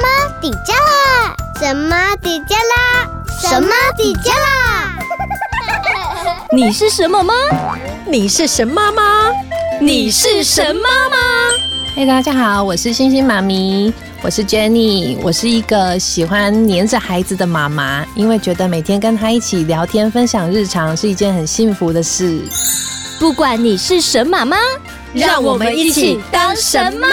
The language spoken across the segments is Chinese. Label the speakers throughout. Speaker 1: 么底加啦？什么底加啦？什么底加啦？
Speaker 2: 你是什么吗？你是神妈吗？你是神妈吗？
Speaker 3: 嘿、大家好，我是星星妈咪，我是 Jenny，我是一个喜欢黏着孩子的妈妈，因为觉得每天跟他一起聊天、分享日常是一件很幸福的事。
Speaker 2: 不管你是神妈妈，让我们一起当神妈。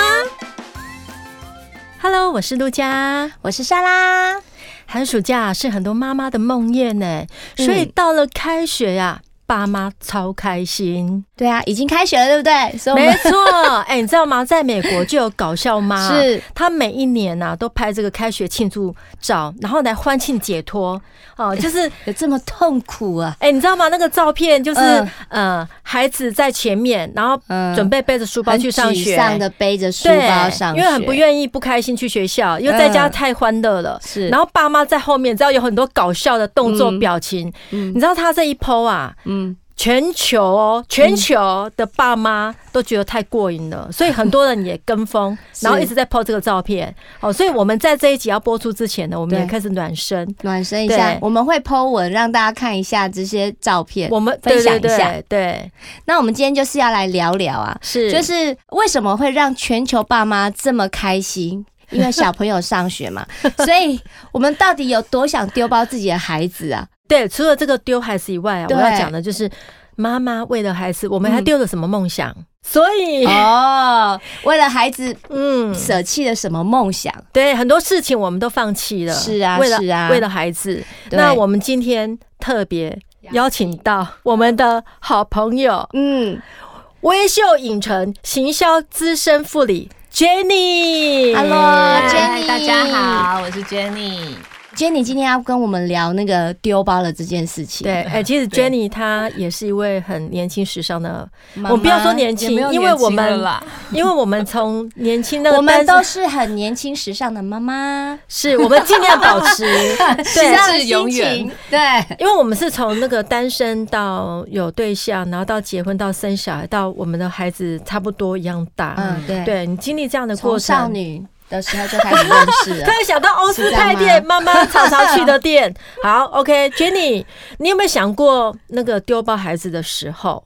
Speaker 4: Hello，我是陆佳。
Speaker 2: 我是莎拉，
Speaker 4: 寒暑假是很多妈妈的梦魇呢，
Speaker 2: 嗯
Speaker 4: 所以到了开学呀、爸妈超开心。
Speaker 2: 对啊，已经开学了，对不对？所以我
Speaker 4: 没
Speaker 2: 们
Speaker 4: 错， 哎、你知道吗？在美国就有搞笑妈，
Speaker 2: 是
Speaker 4: 她每一年呐、都拍这个开学庆祝照，然后来欢庆解脱哦、就是。
Speaker 2: 有这么痛苦啊？
Speaker 4: 哎、你知道吗？那个照片就是、
Speaker 2: 嗯
Speaker 4: 呃，孩子在前面，然后
Speaker 2: 嗯
Speaker 4: 准备背着书包去上学，
Speaker 2: 很沮丧的背着书
Speaker 4: 对，
Speaker 2: 包上学，嗯
Speaker 4: 因为很不愿意、不开心去学校，因为在家太欢乐了。
Speaker 2: 是
Speaker 4: 然后爸妈在后面，你知道有很多搞笑的动作、
Speaker 2: 嗯
Speaker 4: 表情。
Speaker 2: 嗯
Speaker 4: 你知道他这一剖啊，
Speaker 2: 嗯，
Speaker 4: 全球哦，全球的爸妈都觉得太过瘾了，所以很多人也跟风， 然后一直在剖这个照片。哦，所以我们在这一集要播出之前呢，我们
Speaker 2: 对
Speaker 4: 也开始暖身。
Speaker 2: 暖身一下
Speaker 4: 对。
Speaker 2: 我们会 Po 文让大家看一下这些照片。
Speaker 4: 我们
Speaker 2: 分享一，下
Speaker 4: 对对对，
Speaker 2: 那我们今天就是要来聊聊啊，
Speaker 4: 是
Speaker 2: 就是为什么会让全球爸妈这么开 心？因为小朋友上学嘛，所以我们到底有多想丢包自己的孩子 啊？
Speaker 4: 对。除了这个丢孩子以外啊，我
Speaker 2: 对嗯
Speaker 4: 要讲的就是妈妈为了孩子，我们还丢了什么梦想？所以，
Speaker 2: 哦，为了孩子
Speaker 4: 嗯，
Speaker 2: 舍弃了什么梦想？
Speaker 4: 对，很多事情我们都放弃了，
Speaker 2: 是啊
Speaker 4: 为了
Speaker 2: 是啊
Speaker 4: 为了孩子。
Speaker 2: 对
Speaker 4: 那我们今天特别邀请到我们的好朋友
Speaker 2: 嗯
Speaker 4: 微秀影城行销资深副理 Jenny。
Speaker 2: ，Hello
Speaker 3: 嗨
Speaker 2: Jenny，
Speaker 3: 大家。好，我是 Jenny。
Speaker 2: Jenny 今天要跟我们聊那个丢包的这件事情。
Speaker 4: 对，哎、其实
Speaker 3: 对
Speaker 4: Jenny 她也是一位很年轻时尚的，
Speaker 3: 妈妈
Speaker 4: 我不要说年轻
Speaker 3: 也没有
Speaker 4: 因为我们
Speaker 3: 年轻了啦
Speaker 4: 因为我们从年 轻那个
Speaker 2: 我们
Speaker 4: 单
Speaker 2: 都是很年轻时尚的妈妈，
Speaker 4: 是我们尽量保 持
Speaker 2: 时
Speaker 4: 对啊
Speaker 2: 尚的
Speaker 3: 是啊永远
Speaker 2: 心情对，
Speaker 4: 因为我们是从那个单身到有对象，然后到结婚到生小孩，到我们的孩子差不多一样大。
Speaker 2: 嗯对，
Speaker 4: 对你经历这样的
Speaker 2: 从
Speaker 4: 过程，
Speaker 2: 少女的时候就开始认识 了
Speaker 4: 突。然想到哦欧式派店，妈妈常常去的 店。好，OK，Jenny，、你有没有想过那个丢包孩子的时候？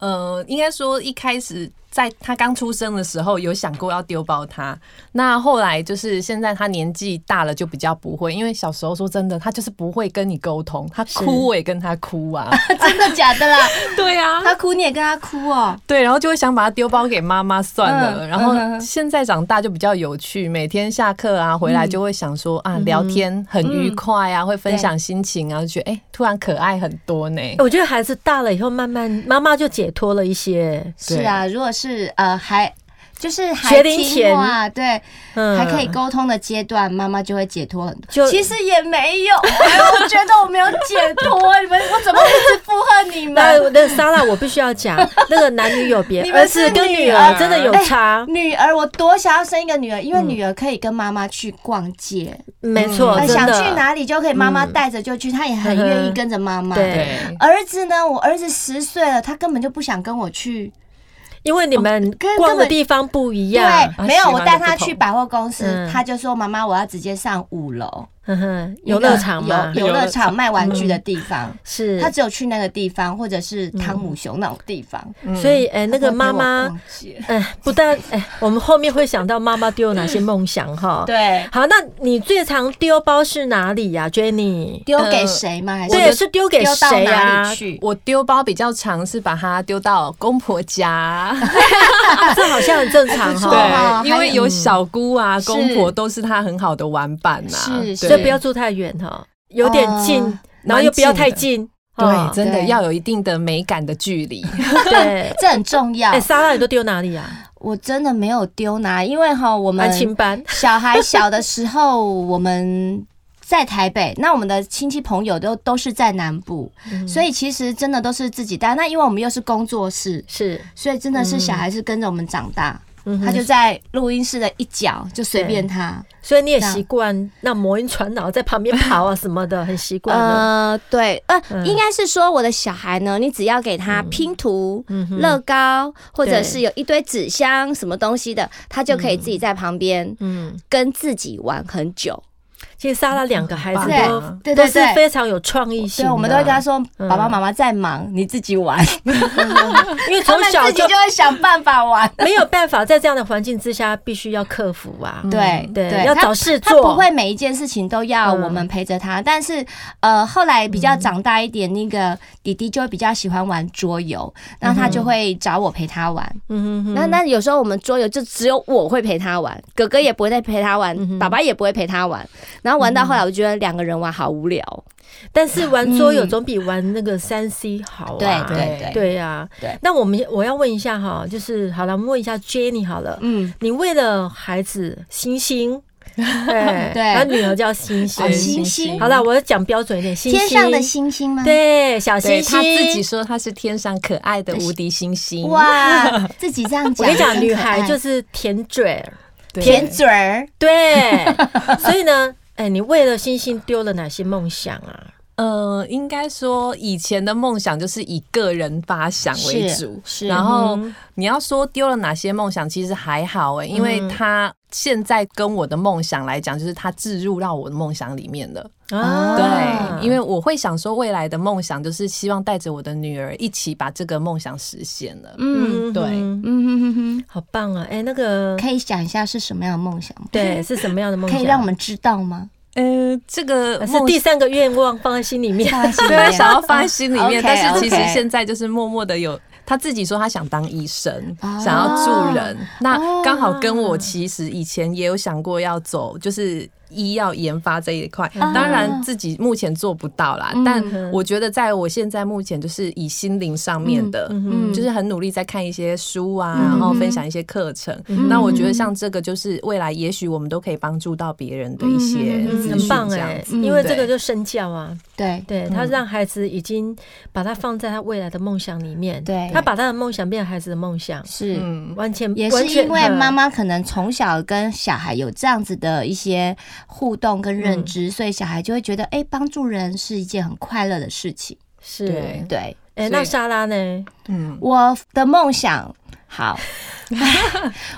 Speaker 3: 呃，应该说一开始在他刚出生的时候有想过要丢包他，那后来就是现在他年纪大了就比较不会，因为小时候说真的，他就是不会跟你沟通，他哭我也跟他哭啊，
Speaker 2: 真的假的啦？
Speaker 3: 对啊，
Speaker 2: 他哭你也跟他哭哦。
Speaker 3: 对，然后就会想把它丢包给妈妈算了。
Speaker 2: 嗯
Speaker 3: 然
Speaker 2: 嗯哼
Speaker 3: 后现在长大就比较有趣，每天下课啊回来就会想说、
Speaker 2: 嗯
Speaker 3: 啊，聊天很愉快啊，会分享心情啊，就觉得哎、突然可爱很多呢。
Speaker 4: 我觉得孩子大了以后，慢慢妈妈就解脱了一些。
Speaker 2: 是啊，如果是呃还就是还
Speaker 4: 学龄
Speaker 2: 听话，对，
Speaker 4: 嗯
Speaker 2: 还可以沟通的阶段，妈妈就会解脱很
Speaker 4: 就
Speaker 2: 多。其实也没有，哎我觉得我没有解脱，你们我怎么会一直附和你
Speaker 4: 那
Speaker 2: 们？
Speaker 4: 那莎哎拉，我必须 要讲，那个男女有别
Speaker 2: 你，们
Speaker 4: 儿子
Speaker 2: 是
Speaker 4: 跟
Speaker 2: 女
Speaker 4: 女儿
Speaker 2: 儿哎
Speaker 4: 真的有差，嗯
Speaker 2: 女儿，我多想要生一个女儿，因为女儿可以跟妈妈去逛街，
Speaker 4: 没错，
Speaker 2: 呃，
Speaker 4: 哦真
Speaker 2: 想
Speaker 4: 的嗯
Speaker 2: 去哪里就可以妈妈带着就去，她也很愿意跟着妈妈。
Speaker 4: 对
Speaker 3: 对，
Speaker 2: 儿子呢，我儿子十岁了，他根本就不想跟我去
Speaker 4: 因为你们
Speaker 2: 哦跟
Speaker 4: 逛
Speaker 2: 根
Speaker 4: 的
Speaker 2: 本
Speaker 4: 地方不一样，
Speaker 2: 对，没有，
Speaker 3: 喜欢
Speaker 2: 我
Speaker 3: 的
Speaker 2: 带
Speaker 3: 不
Speaker 2: 他
Speaker 3: 同
Speaker 2: 去百货公司，
Speaker 4: 嗯
Speaker 2: 他就说：“妈妈，我要直接上五楼
Speaker 4: 呵呵，
Speaker 2: 那
Speaker 4: 游
Speaker 2: 个
Speaker 4: 乐场嘛，
Speaker 2: 游
Speaker 3: 游
Speaker 2: 游乐
Speaker 3: 乐
Speaker 2: 场卖玩具的地方。”
Speaker 4: 是
Speaker 2: 他。只有去那个地方，或者是汤姆熊那种地方。
Speaker 3: 嗯
Speaker 4: 所以，哎，那个
Speaker 2: 他不会
Speaker 4: 妈
Speaker 2: 陪我
Speaker 4: 妈，
Speaker 2: 逛街，
Speaker 4: 哎，不但哎，我们后面会想到妈妈丢了哪些梦想哈。，
Speaker 2: 对，
Speaker 4: 好，那你最常丢包是哪里呀，Jenny？
Speaker 2: 丢给谁吗？还是
Speaker 4: 呃对，是丢给
Speaker 2: 丢到
Speaker 4: 谁啊
Speaker 2: 哪
Speaker 4: 呀
Speaker 2: 里？去？
Speaker 3: 我丢包比较常是把它丢到公 婆家，
Speaker 4: 哦这好像很正常
Speaker 2: 错
Speaker 4: 哈，
Speaker 2: 哦还有
Speaker 3: 对，
Speaker 2: 嗯
Speaker 3: 因为有小姑啊，
Speaker 2: 是
Speaker 3: 公婆都是他很好的玩伴呐、啊，
Speaker 2: 是
Speaker 3: 对
Speaker 4: 所以不要住太远哈，有点近
Speaker 2: 哦，
Speaker 4: 然后又不要
Speaker 3: 蛮近
Speaker 4: 太
Speaker 3: 的
Speaker 4: 近。哦
Speaker 3: 对，真的
Speaker 2: 对
Speaker 3: 要有一定的美感的 距离。
Speaker 4: 对。
Speaker 2: 这很重要
Speaker 4: 哎，。沙拉你都丢哪里啊？
Speaker 2: 我真的没有丢拿，因为哈，我们
Speaker 4: 安亲班。
Speaker 2: 小孩小的时候，我们在台北，那我们的亲戚朋友都都是在南部，
Speaker 1: 嗯
Speaker 2: 所以其实真的都是自己带。那因为我们又是工作室，
Speaker 4: 是
Speaker 2: 所以真的是小孩是跟着我们长大。
Speaker 1: 他就在录音室的一角，就随便他。
Speaker 4: 所以你也
Speaker 1: 这样
Speaker 4: 习惯那魔音传脑在旁边跑啊什么的，很习惯了。
Speaker 1: 呃，对，呃，
Speaker 2: 嗯
Speaker 1: 应该是说我的小孩呢，你只要给他拼图、乐
Speaker 2: 嗯
Speaker 1: 高，或者
Speaker 4: 对
Speaker 1: 是有一堆纸箱什么东西的，他就可
Speaker 2: 嗯
Speaker 1: 以自己在旁边
Speaker 4: 嗯，
Speaker 1: 跟自己玩很久。
Speaker 4: 其实莎拉两个孩子
Speaker 1: 对
Speaker 4: 都
Speaker 1: 对
Speaker 4: 都
Speaker 1: 对
Speaker 4: 是
Speaker 1: 对
Speaker 4: 非常有创意性
Speaker 1: 对，
Speaker 4: 的啊，
Speaker 1: 我们都会跟他说：“
Speaker 4: 嗯
Speaker 1: 爸爸妈妈在忙，你自己 玩。”
Speaker 4: 因为
Speaker 1: 他
Speaker 4: 从
Speaker 1: 们
Speaker 4: 小
Speaker 1: 自己就会想办法玩。
Speaker 4: 没有办法在这样的环境之下，必须要克服啊。
Speaker 1: 对
Speaker 4: 对
Speaker 1: 对，
Speaker 4: 要
Speaker 1: 他
Speaker 4: 找事
Speaker 1: 他
Speaker 4: 做
Speaker 1: 不会每一件事情都要
Speaker 4: 嗯
Speaker 1: 我们陪着他，但是呃，后来比较长大一点，那个弟弟就会比较喜欢玩桌游，那他就会找我陪他玩。
Speaker 4: 嗯哼
Speaker 1: 那那有时候我们桌游就只有我会陪他玩，哥哥也不会再陪他
Speaker 4: 嗯
Speaker 1: 玩，爸爸也不会陪他玩。然后玩到后来，我觉得两个人玩好无聊。
Speaker 4: 哼，但是玩桌游
Speaker 1: 嗯
Speaker 4: 总比玩那个三 C 好啊。
Speaker 1: 对对
Speaker 3: 对
Speaker 1: 对，
Speaker 4: 对呀、
Speaker 1: 对
Speaker 4: 那我们我要问一下哈，就是好了，我们问一下 Jenny 好了，
Speaker 1: 嗯，
Speaker 4: 你为了孩子 星星，对
Speaker 1: 对
Speaker 4: 他女儿叫星
Speaker 1: 好星
Speaker 3: 对
Speaker 4: 星。
Speaker 3: 星
Speaker 1: 星
Speaker 2: 嗯
Speaker 3: 星，
Speaker 4: 好了，我要讲标准一点，星星
Speaker 1: 天上的星星吗？。
Speaker 4: 对小
Speaker 3: 对
Speaker 4: 星星，
Speaker 3: 他自己说他是天上可爱的无敌星星，
Speaker 1: 哇，自己这样讲，
Speaker 4: 我跟你讲，女孩就是是甜嘴儿，
Speaker 3: 对
Speaker 1: 甜嘴儿。
Speaker 4: 对，所以呢，哎，你为了星星丢了哪些梦想啊？
Speaker 3: 呃，应该说以前的梦想就是以个人发想为主，
Speaker 1: 是是
Speaker 3: 然后
Speaker 4: 嗯
Speaker 3: 你要说丢了哪些梦想，其实还好哎、因为
Speaker 4: 嗯
Speaker 3: 他现在跟我的梦想来讲，就是他置入到我的梦想里面了。哦
Speaker 1: 啊
Speaker 3: 对，因为我会想说，未来的梦想就是希望带着我的女儿一起把这个梦想实现了。
Speaker 1: 嗯
Speaker 4: 哼
Speaker 3: 对
Speaker 1: 嗯哼哼哼，
Speaker 4: 好棒啊！哎，那个
Speaker 1: 可以讲一下是什么样的梦想吗？
Speaker 4: 对是什么样的梦
Speaker 1: 可
Speaker 4: 想？
Speaker 1: 以让我们知道吗？
Speaker 3: 呃，这个
Speaker 4: 呃是
Speaker 3: 梦
Speaker 4: 第三个愿望放在心 里面。
Speaker 3: 对，想要放在心里
Speaker 1: OK，
Speaker 3: 面，但是其实
Speaker 1: OK
Speaker 3: 现在就是默默的有。他自己说他想当医生，
Speaker 1: 哦
Speaker 3: 想要助人，
Speaker 1: 哦
Speaker 3: 那刚好跟我其实以前也有想过要走，就是医药研发这一块。
Speaker 1: 嗯
Speaker 3: 当然自己目前做不到啦，
Speaker 1: 嗯
Speaker 3: 但我觉得在我现在目前就是以心灵上面的，
Speaker 1: 嗯
Speaker 3: 就是很努力在看一些书啊，
Speaker 1: 嗯
Speaker 3: 然后分享一些课程。
Speaker 4: 嗯
Speaker 3: 那我觉得像这个就是未来也许我们都可以帮助到别人的一些
Speaker 1: 嗯
Speaker 3: 资
Speaker 4: 嗯，很
Speaker 3: 讯
Speaker 4: 棒
Speaker 3: 这样
Speaker 4: 哎，
Speaker 3: 子，
Speaker 4: 因为这
Speaker 3: 对嗯
Speaker 4: 个就身教啊，
Speaker 1: 对
Speaker 4: 对他让孩子已经把他放在他未来的梦想里面，
Speaker 1: 对
Speaker 4: 他把他的梦想变成孩子的梦想，
Speaker 1: 是。
Speaker 3: 嗯。
Speaker 4: 完全
Speaker 1: 也
Speaker 4: 完
Speaker 1: 是
Speaker 4: 全
Speaker 1: 因为妈
Speaker 4: 嗯
Speaker 1: 妈可能从小跟小孩有这样子的一些互动跟认知，所以小孩就会觉得，哎、帮助人是一件很快乐的事情。
Speaker 4: 是
Speaker 3: 对
Speaker 1: 对
Speaker 3: 所
Speaker 4: 哎，
Speaker 3: 以
Speaker 4: 那莎拉呢？
Speaker 3: 嗯
Speaker 1: 我的梦想，好，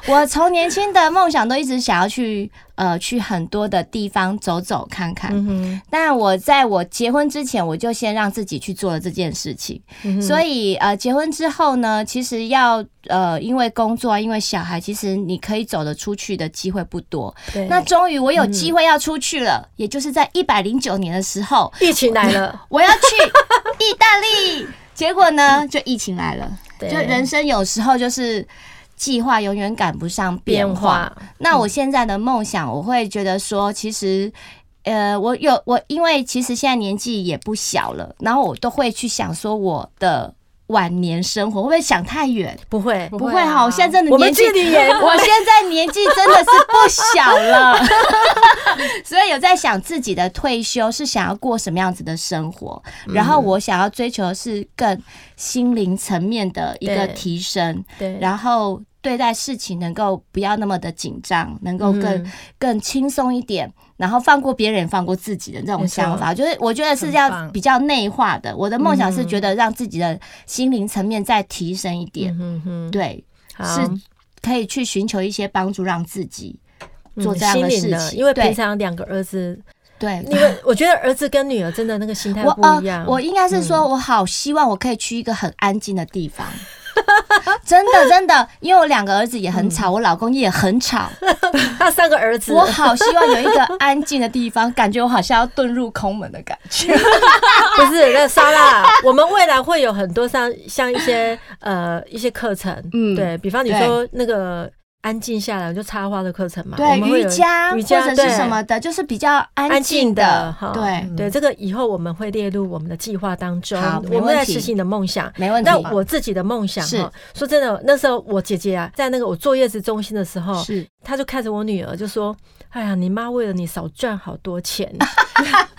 Speaker 1: 我从年轻的梦想都一直想要去，呃，去很多的地方走走看看。
Speaker 4: 嗯
Speaker 1: 但我在我结婚之前，我就先让自己去做了这件事情，所以呃，结婚之后呢，其实要呃，因为工作啊，因为小孩，其实你可以走得出去的机会不多。
Speaker 4: 对
Speaker 1: 那终于我有机会要出去了，也就是在一百零九年的时候，
Speaker 4: 疫情来了，
Speaker 1: 我要 去意大利，结果呢，就疫情来了。
Speaker 4: 对
Speaker 1: 就人生有时候就是计划永远赶不上变
Speaker 4: 变
Speaker 1: 化
Speaker 4: 化。，嗯
Speaker 1: 那我现在的梦想，我会觉得说，其实。呃，我有我，因为其实现在年纪也不小了，然后我都会去想说我的晚年生活会不会想太远？
Speaker 4: 不
Speaker 3: 啊
Speaker 4: 会，啊
Speaker 1: 不会啊哈、我现在真的
Speaker 4: 我们
Speaker 1: 年纪
Speaker 4: 距离 也
Speaker 1: 我现在年纪真的是不小了，所以有在想自己的退休是想要过什么样子的生活，
Speaker 4: 嗯
Speaker 1: 然后我想要追求的是更心灵层面的一个
Speaker 4: 对
Speaker 1: 提升，
Speaker 4: 对，
Speaker 1: 然后对待事情能够不要那么的紧张，能够更、
Speaker 4: 嗯
Speaker 1: 更轻松一点，然后放过别人，放过自己的这种
Speaker 4: 没错嗯
Speaker 1: 想法，就是我觉得是要
Speaker 3: 很棒
Speaker 1: 比较内化的。我的梦想是觉得让自己的心灵层面再提升一点，
Speaker 4: 嗯哼，
Speaker 1: 对，
Speaker 4: 好
Speaker 1: 是可以去寻求一些帮助，让自己做
Speaker 4: 嗯
Speaker 1: 这样的
Speaker 4: 心
Speaker 1: 事
Speaker 4: 灵
Speaker 1: 情。
Speaker 4: 因为
Speaker 1: 对
Speaker 4: 平常两个儿子，
Speaker 1: 对。
Speaker 4: 因为我觉得儿子跟女儿真的那个心态
Speaker 1: 我呃
Speaker 4: 不一样， 嗯
Speaker 1: 我应该是说，我好希望我可以去一个很安静的地方， 真的真的，因为我两个儿子也很吵，
Speaker 4: 嗯
Speaker 1: 我老公也很吵，
Speaker 4: 他三个儿子，
Speaker 1: 我好希望有一个安静的地方，感觉我好像要遁入空门的感觉。
Speaker 4: 不是那莎拉， 我们未来会有很多像像一些呃一些课程，
Speaker 1: 嗯
Speaker 4: 对比方你说那个安静下来就插花的课程嘛，我
Speaker 1: 对，
Speaker 4: 们会
Speaker 1: 瑜
Speaker 4: 有
Speaker 1: 伽
Speaker 4: 瑜伽
Speaker 1: 或者是
Speaker 4: 对
Speaker 1: 什么的，就是比较安
Speaker 4: 安
Speaker 1: 静
Speaker 4: 静
Speaker 1: 的
Speaker 4: 的哈，嗯
Speaker 1: 对，
Speaker 4: 对，这个以后我们会列入我们的计划当中
Speaker 1: 好，没
Speaker 4: 我们
Speaker 1: 问
Speaker 4: 来
Speaker 1: 题
Speaker 4: 实行你的梦想。
Speaker 1: 没问题
Speaker 4: 那。我自己的梦想
Speaker 1: 是
Speaker 4: 哈，说真的，那时候我姐姐啊，在那个我坐月子中心的时候，
Speaker 1: 是
Speaker 4: 她就看着我女儿就说：“哎呀，你妈为了你少赚好多钱。”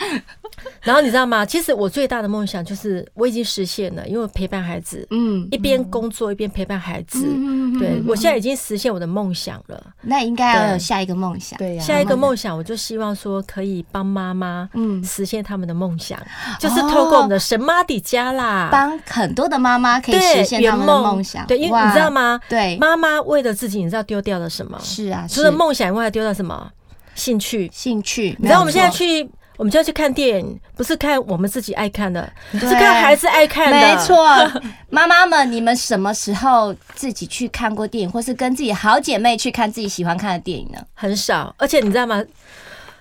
Speaker 4: 然后你知道吗？其实我最大的梦想就是我已经实现了，因为我陪伴孩子，
Speaker 1: 嗯，
Speaker 4: 一边工作一边陪伴孩子。
Speaker 1: 嗯
Speaker 4: 对我现在已经实现我的梦想了。
Speaker 1: 那应该要有
Speaker 4: 对
Speaker 1: 下一个啊梦想。
Speaker 3: 对呀、
Speaker 4: 下一个梦想，我就希望说可以帮妈妈
Speaker 1: 嗯
Speaker 4: 实现他们的梦想，就是透过我们的神妈底家啦，
Speaker 1: 哦帮很多的妈妈可以实
Speaker 4: 对
Speaker 1: 现他
Speaker 4: 圆
Speaker 1: 们的梦想。
Speaker 4: 对，因为
Speaker 1: 哇
Speaker 4: 你知道？吗？
Speaker 1: 对，
Speaker 4: 妈妈为了自己，你知道丢掉了什么？
Speaker 1: 是啊，
Speaker 4: 除了
Speaker 1: 是
Speaker 4: 梦想以外，还丢掉什么？兴趣。
Speaker 1: 兴趣，
Speaker 4: 你知道我
Speaker 1: 没
Speaker 4: 们现
Speaker 1: 有
Speaker 4: 在
Speaker 1: 错
Speaker 4: 去，我们就要去看电影，不是看我们自己爱看的，是
Speaker 1: 对
Speaker 4: 看孩子爱看的。
Speaker 1: 没，错， 妈妈们，你们什么时候自己去看过电影，或是跟自己好姐妹去看自己喜欢看的电影呢？
Speaker 4: 很少。而且你知道吗？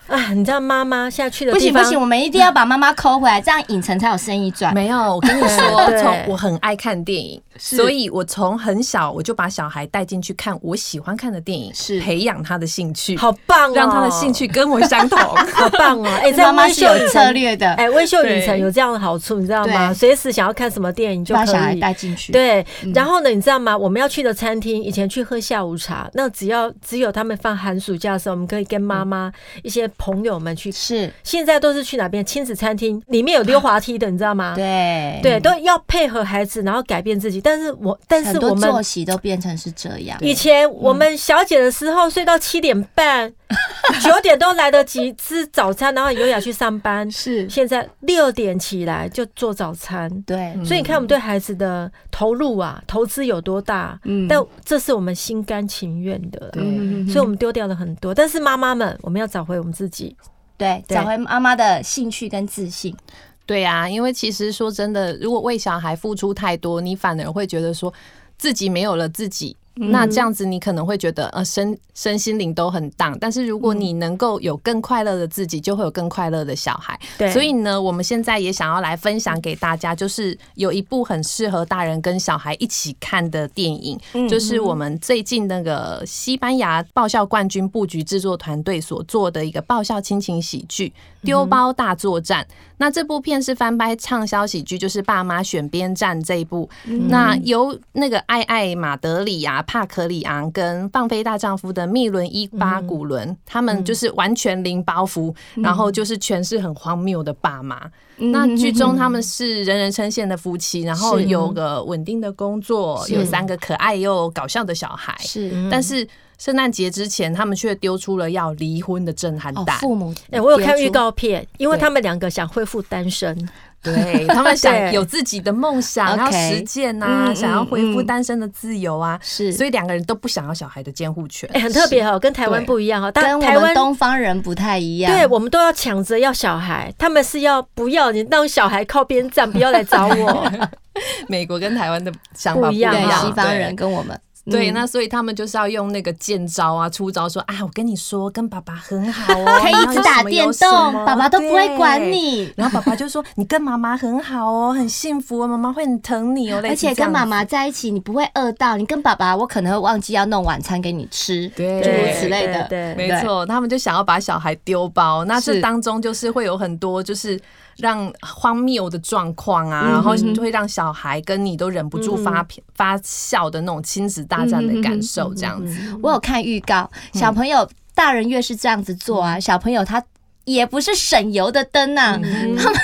Speaker 4: 啊，你知道妈妈现在去的
Speaker 1: 不
Speaker 4: 地
Speaker 1: 行
Speaker 4: 方
Speaker 1: 不行，我们一定要把妈妈抠回来，这样影城才有生意赚。
Speaker 3: 没有，我跟你
Speaker 4: 对
Speaker 3: 说，从我很爱看电影，所以我从很小我就把小孩带进去看我喜欢看的电影，
Speaker 1: 是
Speaker 3: 培养他的兴趣，
Speaker 4: 好棒哦，
Speaker 3: 让他的兴趣跟我 相 同。
Speaker 4: 好棒哦！哎，
Speaker 1: 这
Speaker 4: 在
Speaker 1: 妈妈
Speaker 4: 微
Speaker 1: 是
Speaker 4: 秀
Speaker 1: 有
Speaker 4: 影
Speaker 1: 策
Speaker 4: 城，
Speaker 1: 略的，
Speaker 4: 哎，微秀影城
Speaker 3: 对
Speaker 4: 有这样的好处，你知道吗？
Speaker 1: 对
Speaker 4: 随时想要看什么电影就
Speaker 1: 把
Speaker 4: 可
Speaker 1: 小孩
Speaker 4: 以。
Speaker 1: 带进去。，嗯
Speaker 4: 对，然后呢，你知道吗？我们要去的餐厅，以前去喝下午茶，那只要只有他们放寒暑假的时候，我们可以跟妈妈、
Speaker 1: 嗯
Speaker 4: 一些朋友们去。
Speaker 1: 是，
Speaker 4: 现在都是去哪边亲子餐厅，里面有溜滑梯的，你知道吗？
Speaker 1: 对
Speaker 4: 啊对，都要配合孩子，然后改变自己。但是我，但
Speaker 1: 很
Speaker 4: 是我
Speaker 1: 多
Speaker 4: 们
Speaker 1: 作息都变成是这样。
Speaker 4: 以前我
Speaker 1: 嗯
Speaker 4: 们小姐的时候睡到七点半、 九点都来得及吃早餐，然后优雅去上班。
Speaker 1: 是，
Speaker 4: 现在六点起来就做早餐。
Speaker 1: 对，
Speaker 4: 所以你看我们对孩子的投入啊，投资有多大？
Speaker 1: 嗯
Speaker 4: 但这是我们心甘情愿的啦，
Speaker 1: 嗯
Speaker 4: 所以我们丢掉了很多。但是妈妈们，我们要找回我们自己。
Speaker 1: 对
Speaker 4: 对
Speaker 1: 找回妈妈的兴趣跟自信。
Speaker 3: 对啊，因为其实说真的，如果为小孩付出太多，你反而会觉得说自己没有了自己。
Speaker 4: 嗯
Speaker 3: 那这样子，你可能会觉得呃身身心灵都很荡，但是如
Speaker 4: 嗯
Speaker 3: 果你能够有更快乐的自己，就会有更快乐的小孩。
Speaker 4: 对
Speaker 3: 所以呢，我们现在也想要来分享给大家，就是有一部很适合大人跟小孩一起看的电影，就是我们最近那个西班牙爆笑冠军布局制作团队所做的一个爆笑亲情喜剧《丢包大作战》。那这部片是翻拍畅销喜剧，就是《爸妈选边站》这一部。
Speaker 1: 嗯
Speaker 4: 嗯
Speaker 3: 那由那个艾艾马德里啊、帕克里昂跟《放飞大丈夫》的密伦伊巴古伦，
Speaker 1: 嗯
Speaker 3: 他们就是完全零包袱，然后就是全是很荒谬的爸妈。
Speaker 1: 嗯
Speaker 3: 那剧中他们是人人称羡的夫妻，然后
Speaker 1: 是
Speaker 3: 有个稳定的工作，有三个可爱又搞笑的小孩。
Speaker 4: 嗯
Speaker 1: 是，
Speaker 3: 但是圣诞节之前，他们却丢出了要离婚的震撼
Speaker 1: 哦，
Speaker 3: 弹。
Speaker 1: 父母，
Speaker 4: 哎、我有看预，告片，因为他们两个想恢复单身。
Speaker 3: 对 他们想
Speaker 4: 对
Speaker 3: 有自己的梦想，然后
Speaker 1: OK
Speaker 3: 实践呐、
Speaker 1: 嗯
Speaker 3: 想要恢复
Speaker 1: 嗯嗯
Speaker 3: 单身的自由啊，
Speaker 1: 是
Speaker 3: 所以两个人都不想要小孩的监护权
Speaker 4: 哎、。很特别哦，跟台湾
Speaker 3: 对
Speaker 4: 不一样哦。
Speaker 1: 跟
Speaker 4: 但
Speaker 1: 我
Speaker 4: 台
Speaker 1: 们
Speaker 4: 湾
Speaker 1: 东方人不太一样。
Speaker 4: 对我们都要抢着要小孩，他们是要不要你让小孩靠边站，不要来找我。
Speaker 3: 美国跟台湾的想法
Speaker 4: 不
Speaker 3: 不
Speaker 4: 一
Speaker 3: 一
Speaker 4: 样
Speaker 3: 样，
Speaker 4: 嘛
Speaker 1: 对西方
Speaker 3: 对啊
Speaker 1: 人跟我们。
Speaker 3: 对，
Speaker 1: 嗯
Speaker 3: 那所以他们就是要用那个剑招啊、出招说啊，我跟你说，跟爸爸很好哦，
Speaker 1: 可以一直打电动，爸爸都不会管
Speaker 3: 你。
Speaker 1: 你，
Speaker 3: 然后爸爸就说：“你跟妈妈很好哦，很幸福哦，妈妈会很疼你哦。”类
Speaker 1: 而
Speaker 3: 似这
Speaker 1: 且
Speaker 3: 样子
Speaker 1: 跟妈妈在一起，你不会饿到。你跟爸爸，我可能会忘记要弄晚餐给你吃，
Speaker 3: 对
Speaker 1: 诸如此类的。
Speaker 4: 对对
Speaker 3: 没错，他们就想要把小孩丢包，那这
Speaker 1: 是
Speaker 3: 当中就是会有很多就是让荒谬的状况
Speaker 1: 嗯
Speaker 3: 啊，然后会让小孩跟你都忍不住发脾发笑的那种亲子大战的感受，
Speaker 1: 嗯
Speaker 3: 这样子。
Speaker 4: 嗯
Speaker 1: 我有看预告，
Speaker 3: 嗯
Speaker 1: 小朋友、大人越是这样子做啊，小朋友他。也不是省油的灯啊
Speaker 3: 嗯
Speaker 1: 呐、他们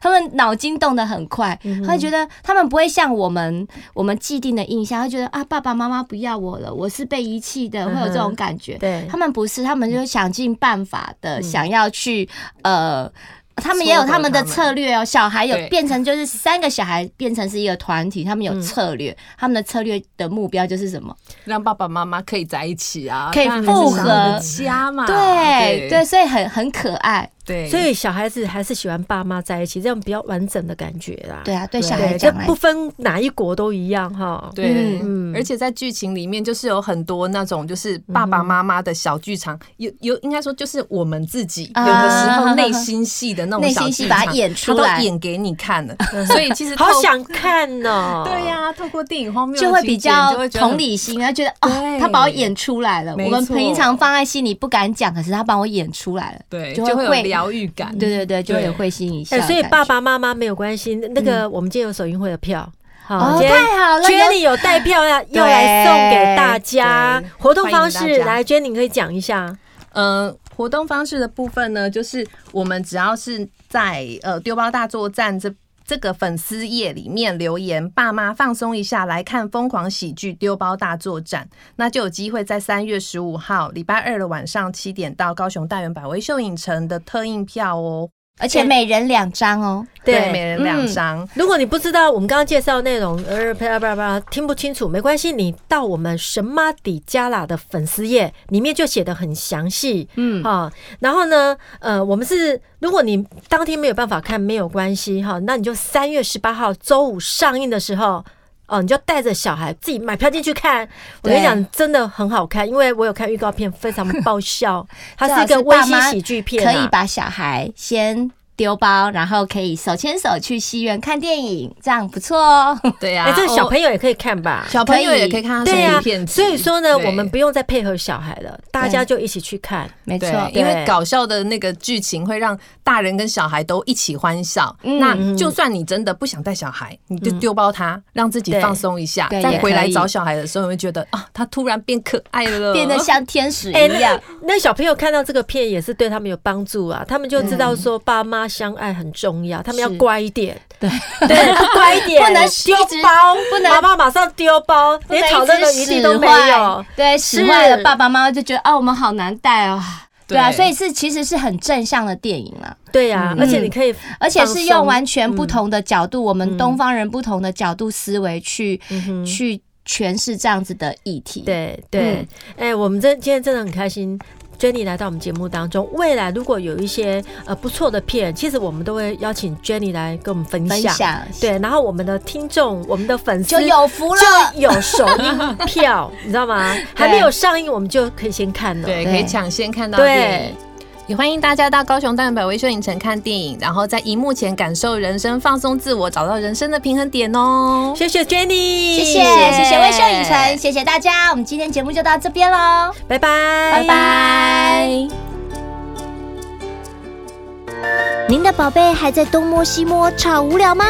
Speaker 1: 他们脑筋动得很快，他会觉得他们不会像我们我们既定的印象，他觉得啊爸爸妈妈不要我了，我是被遗弃的，会有这种感觉。
Speaker 4: 对
Speaker 1: 他们不是，他们就想尽办法的、想要去呃。他们也有他们的策略哦，小孩有
Speaker 3: 对
Speaker 1: 变成就是三个小孩变成是一个团体，他们有策略，他们的策略的目标就是什么？
Speaker 3: 让爸爸妈妈可以在一起啊，
Speaker 1: 可以
Speaker 3: 当然还是
Speaker 1: 复
Speaker 3: 想要有
Speaker 1: 合
Speaker 3: 家嘛，
Speaker 1: 对对，
Speaker 3: 啊对
Speaker 1: 所以很很可爱，
Speaker 3: 对，
Speaker 4: 所以小孩子还是喜欢爸妈在一起，这样比较完整的感觉啦。
Speaker 1: 对啊，对
Speaker 3: 对
Speaker 1: 小孩
Speaker 4: 对，这
Speaker 1: 讲来
Speaker 4: 不分哪一国都一样哈。
Speaker 3: 对，
Speaker 4: 嗯
Speaker 3: 而且在剧情里面，就是有很多那种就是
Speaker 1: 嗯
Speaker 3: 爸爸妈妈的小剧场，有有应该说就是我们自己有
Speaker 1: 啊
Speaker 3: 的时候内心戏的那种
Speaker 1: 内
Speaker 3: 小
Speaker 1: 心
Speaker 3: 剧
Speaker 1: 戏
Speaker 3: 场，
Speaker 1: 把它演出来
Speaker 3: 他都演给你看了，所以其实透
Speaker 4: 好想看哦。
Speaker 3: 对呀、透过电影荒谬的
Speaker 1: 就会
Speaker 3: 情
Speaker 1: 比
Speaker 3: 节你就
Speaker 1: 较
Speaker 3: 会觉得很
Speaker 1: 同理心，他觉得哦，
Speaker 3: 对
Speaker 1: 他把我演出来了，
Speaker 3: 没
Speaker 1: 我们
Speaker 3: 错
Speaker 1: 平常放在心里不敢讲，可是他帮我演出来了，
Speaker 3: 对，
Speaker 1: 就
Speaker 3: 就会
Speaker 1: 会
Speaker 3: 有疗愈感，
Speaker 1: 对对对，就会有
Speaker 3: 对
Speaker 1: 会心一笑
Speaker 4: 哎，
Speaker 1: 的感
Speaker 4: 所
Speaker 1: 觉。
Speaker 4: 以爸爸妈妈没有关系，那个我们今天有首映会的票，好
Speaker 1: 哦
Speaker 4: 今天
Speaker 1: 太好了有
Speaker 4: Jenny 有带票要要来送给大家
Speaker 3: 对，
Speaker 4: 活动
Speaker 3: 欢迎
Speaker 4: 方式
Speaker 3: 大家
Speaker 4: 来，Jenny 你可以讲一下。
Speaker 3: 嗯，活动方式的部分呢，就是我们只要是在呃丢包大作战这。这个粉丝页里面留言，爸妈放松一下，来看疯狂喜剧丢包大作战，那就有机会在三月十五号礼拜二的晚上七点到高雄大圆百威秀影城的特映票哦，
Speaker 1: 而且每人两张哦。
Speaker 3: 每
Speaker 4: 对。
Speaker 3: 人两张。
Speaker 4: 如果你不知道我们刚刚介绍的内容，呃，啪啦啪啦啪啦，听不清楚没关系，你到我们神马底加拉的粉丝页里面就写的很详细，
Speaker 1: 嗯，
Speaker 4: 哈、然后呢，呃，我们是如果你当天没有办法看，没有关系哈、那你就三月十八号周五上映的时候。哦，你就带着小孩自己买票进去看，我跟你
Speaker 1: 对
Speaker 4: 讲，真的很好看，因为我有看预告片，非常 爆笑，它是一
Speaker 1: 最好
Speaker 4: 个
Speaker 1: 是
Speaker 4: 微
Speaker 1: 爸
Speaker 4: 型
Speaker 1: 妈
Speaker 4: 喜剧片、啊
Speaker 1: 可以？把小孩先丢包，然后可以手牵手去戏院看电影，这样不错哦。
Speaker 3: 对呀、
Speaker 4: 哎、这个小
Speaker 3: 哦
Speaker 4: 朋友也可以看吧？
Speaker 3: 小朋友
Speaker 1: 可以
Speaker 3: 也可以看他
Speaker 4: 对
Speaker 3: 生
Speaker 1: 啊
Speaker 4: 呀、
Speaker 3: 理片集
Speaker 4: 所以说呢，
Speaker 3: 对
Speaker 4: 我们不用再配合小孩了，大家就一起去看。
Speaker 1: 没错，
Speaker 3: 对，
Speaker 4: 对
Speaker 3: 因为搞笑的那个剧情会让大人跟小孩都一起欢笑。
Speaker 1: 嗯
Speaker 3: 那就算你真的不想带小孩，你就丢包他，让自己
Speaker 4: 对
Speaker 3: 放松一下，
Speaker 1: 对
Speaker 3: 再
Speaker 1: 也
Speaker 3: 回来
Speaker 1: 可以
Speaker 3: 找小孩的时候，你会觉得啊，他突然变可爱了，
Speaker 1: 变得像天使
Speaker 4: 哎
Speaker 1: 一样。
Speaker 4: 那小朋友看到这个片也是对他们有帮助啊，他们就知道说爸妈相爱很重要，他们要
Speaker 1: 是
Speaker 4: 乖一点，
Speaker 1: 对
Speaker 4: 对，不乖一 点，
Speaker 1: 不能
Speaker 4: 丢
Speaker 1: 一直
Speaker 4: 包，
Speaker 1: 不能
Speaker 4: 妈妈马上丢包，
Speaker 1: 不
Speaker 4: 连
Speaker 1: 能
Speaker 4: 讨
Speaker 1: 一
Speaker 4: 论的余
Speaker 1: 直
Speaker 4: 地
Speaker 1: 使
Speaker 4: 都没有
Speaker 1: 坏。，对，使坏
Speaker 4: 是
Speaker 1: 了爸爸妈妈就觉得哦，我们好难带哦。对啊，
Speaker 3: 对
Speaker 1: 所以是其实是很正向的电影啦，
Speaker 4: 对呀、
Speaker 3: 嗯
Speaker 4: 而且你可以放松，嗯
Speaker 1: 而且是用完全不同的角度，我们东方人不同的角度思维去、去诠释这样子的议题。，
Speaker 4: 对对，
Speaker 1: 嗯
Speaker 4: 哎、我们真今天真的很开心。Jenny 来到我们节目当中，未来如果有一些呃不错的片，其实我们都会邀请 Jenny 来跟我们分
Speaker 1: 分
Speaker 4: 享。
Speaker 1: 享
Speaker 4: 对，然后我们的听众、我们的粉丝
Speaker 1: 就有福了。
Speaker 4: 就有首映票， 你知道吗？还没有上映，我们就可以先看了。
Speaker 3: 对，
Speaker 1: 对
Speaker 3: 可以抢先看到
Speaker 4: 对
Speaker 3: 电影。也欢迎大家到高雄蛋白微秀影城看电影，然后在荧幕前感受人生，放松自我，找到人生的平衡点哦。
Speaker 4: 谢谢 Jenny，
Speaker 1: 谢谢谢谢微秀影城，谢谢大家，我们今天节目就到这边喽，
Speaker 4: 拜拜，
Speaker 1: 拜拜。
Speaker 2: 您的宝贝还在东摸西摸，超无聊吗？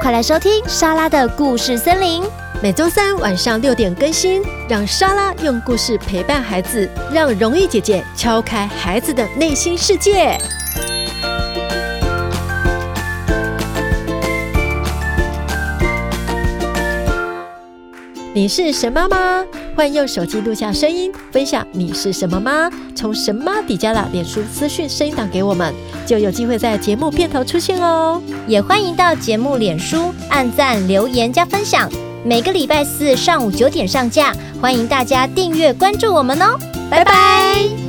Speaker 2: 快来收听莎拉的故事森林。
Speaker 4: 每周三晚上六点更新，让莎拉用故事陪伴孩子，让容易姐姐敲开孩子的内心世界。你是神妈吗？欢迎用手机录下声音，分享你是什么妈？从神妈底加拉脸书私讯声音档给我们，就有机会在节目片头出现哦。
Speaker 2: 也欢迎到节目脸书按赞、留言加分享。每个礼拜四上午九点上架，欢迎大家订阅关注我们哦，拜拜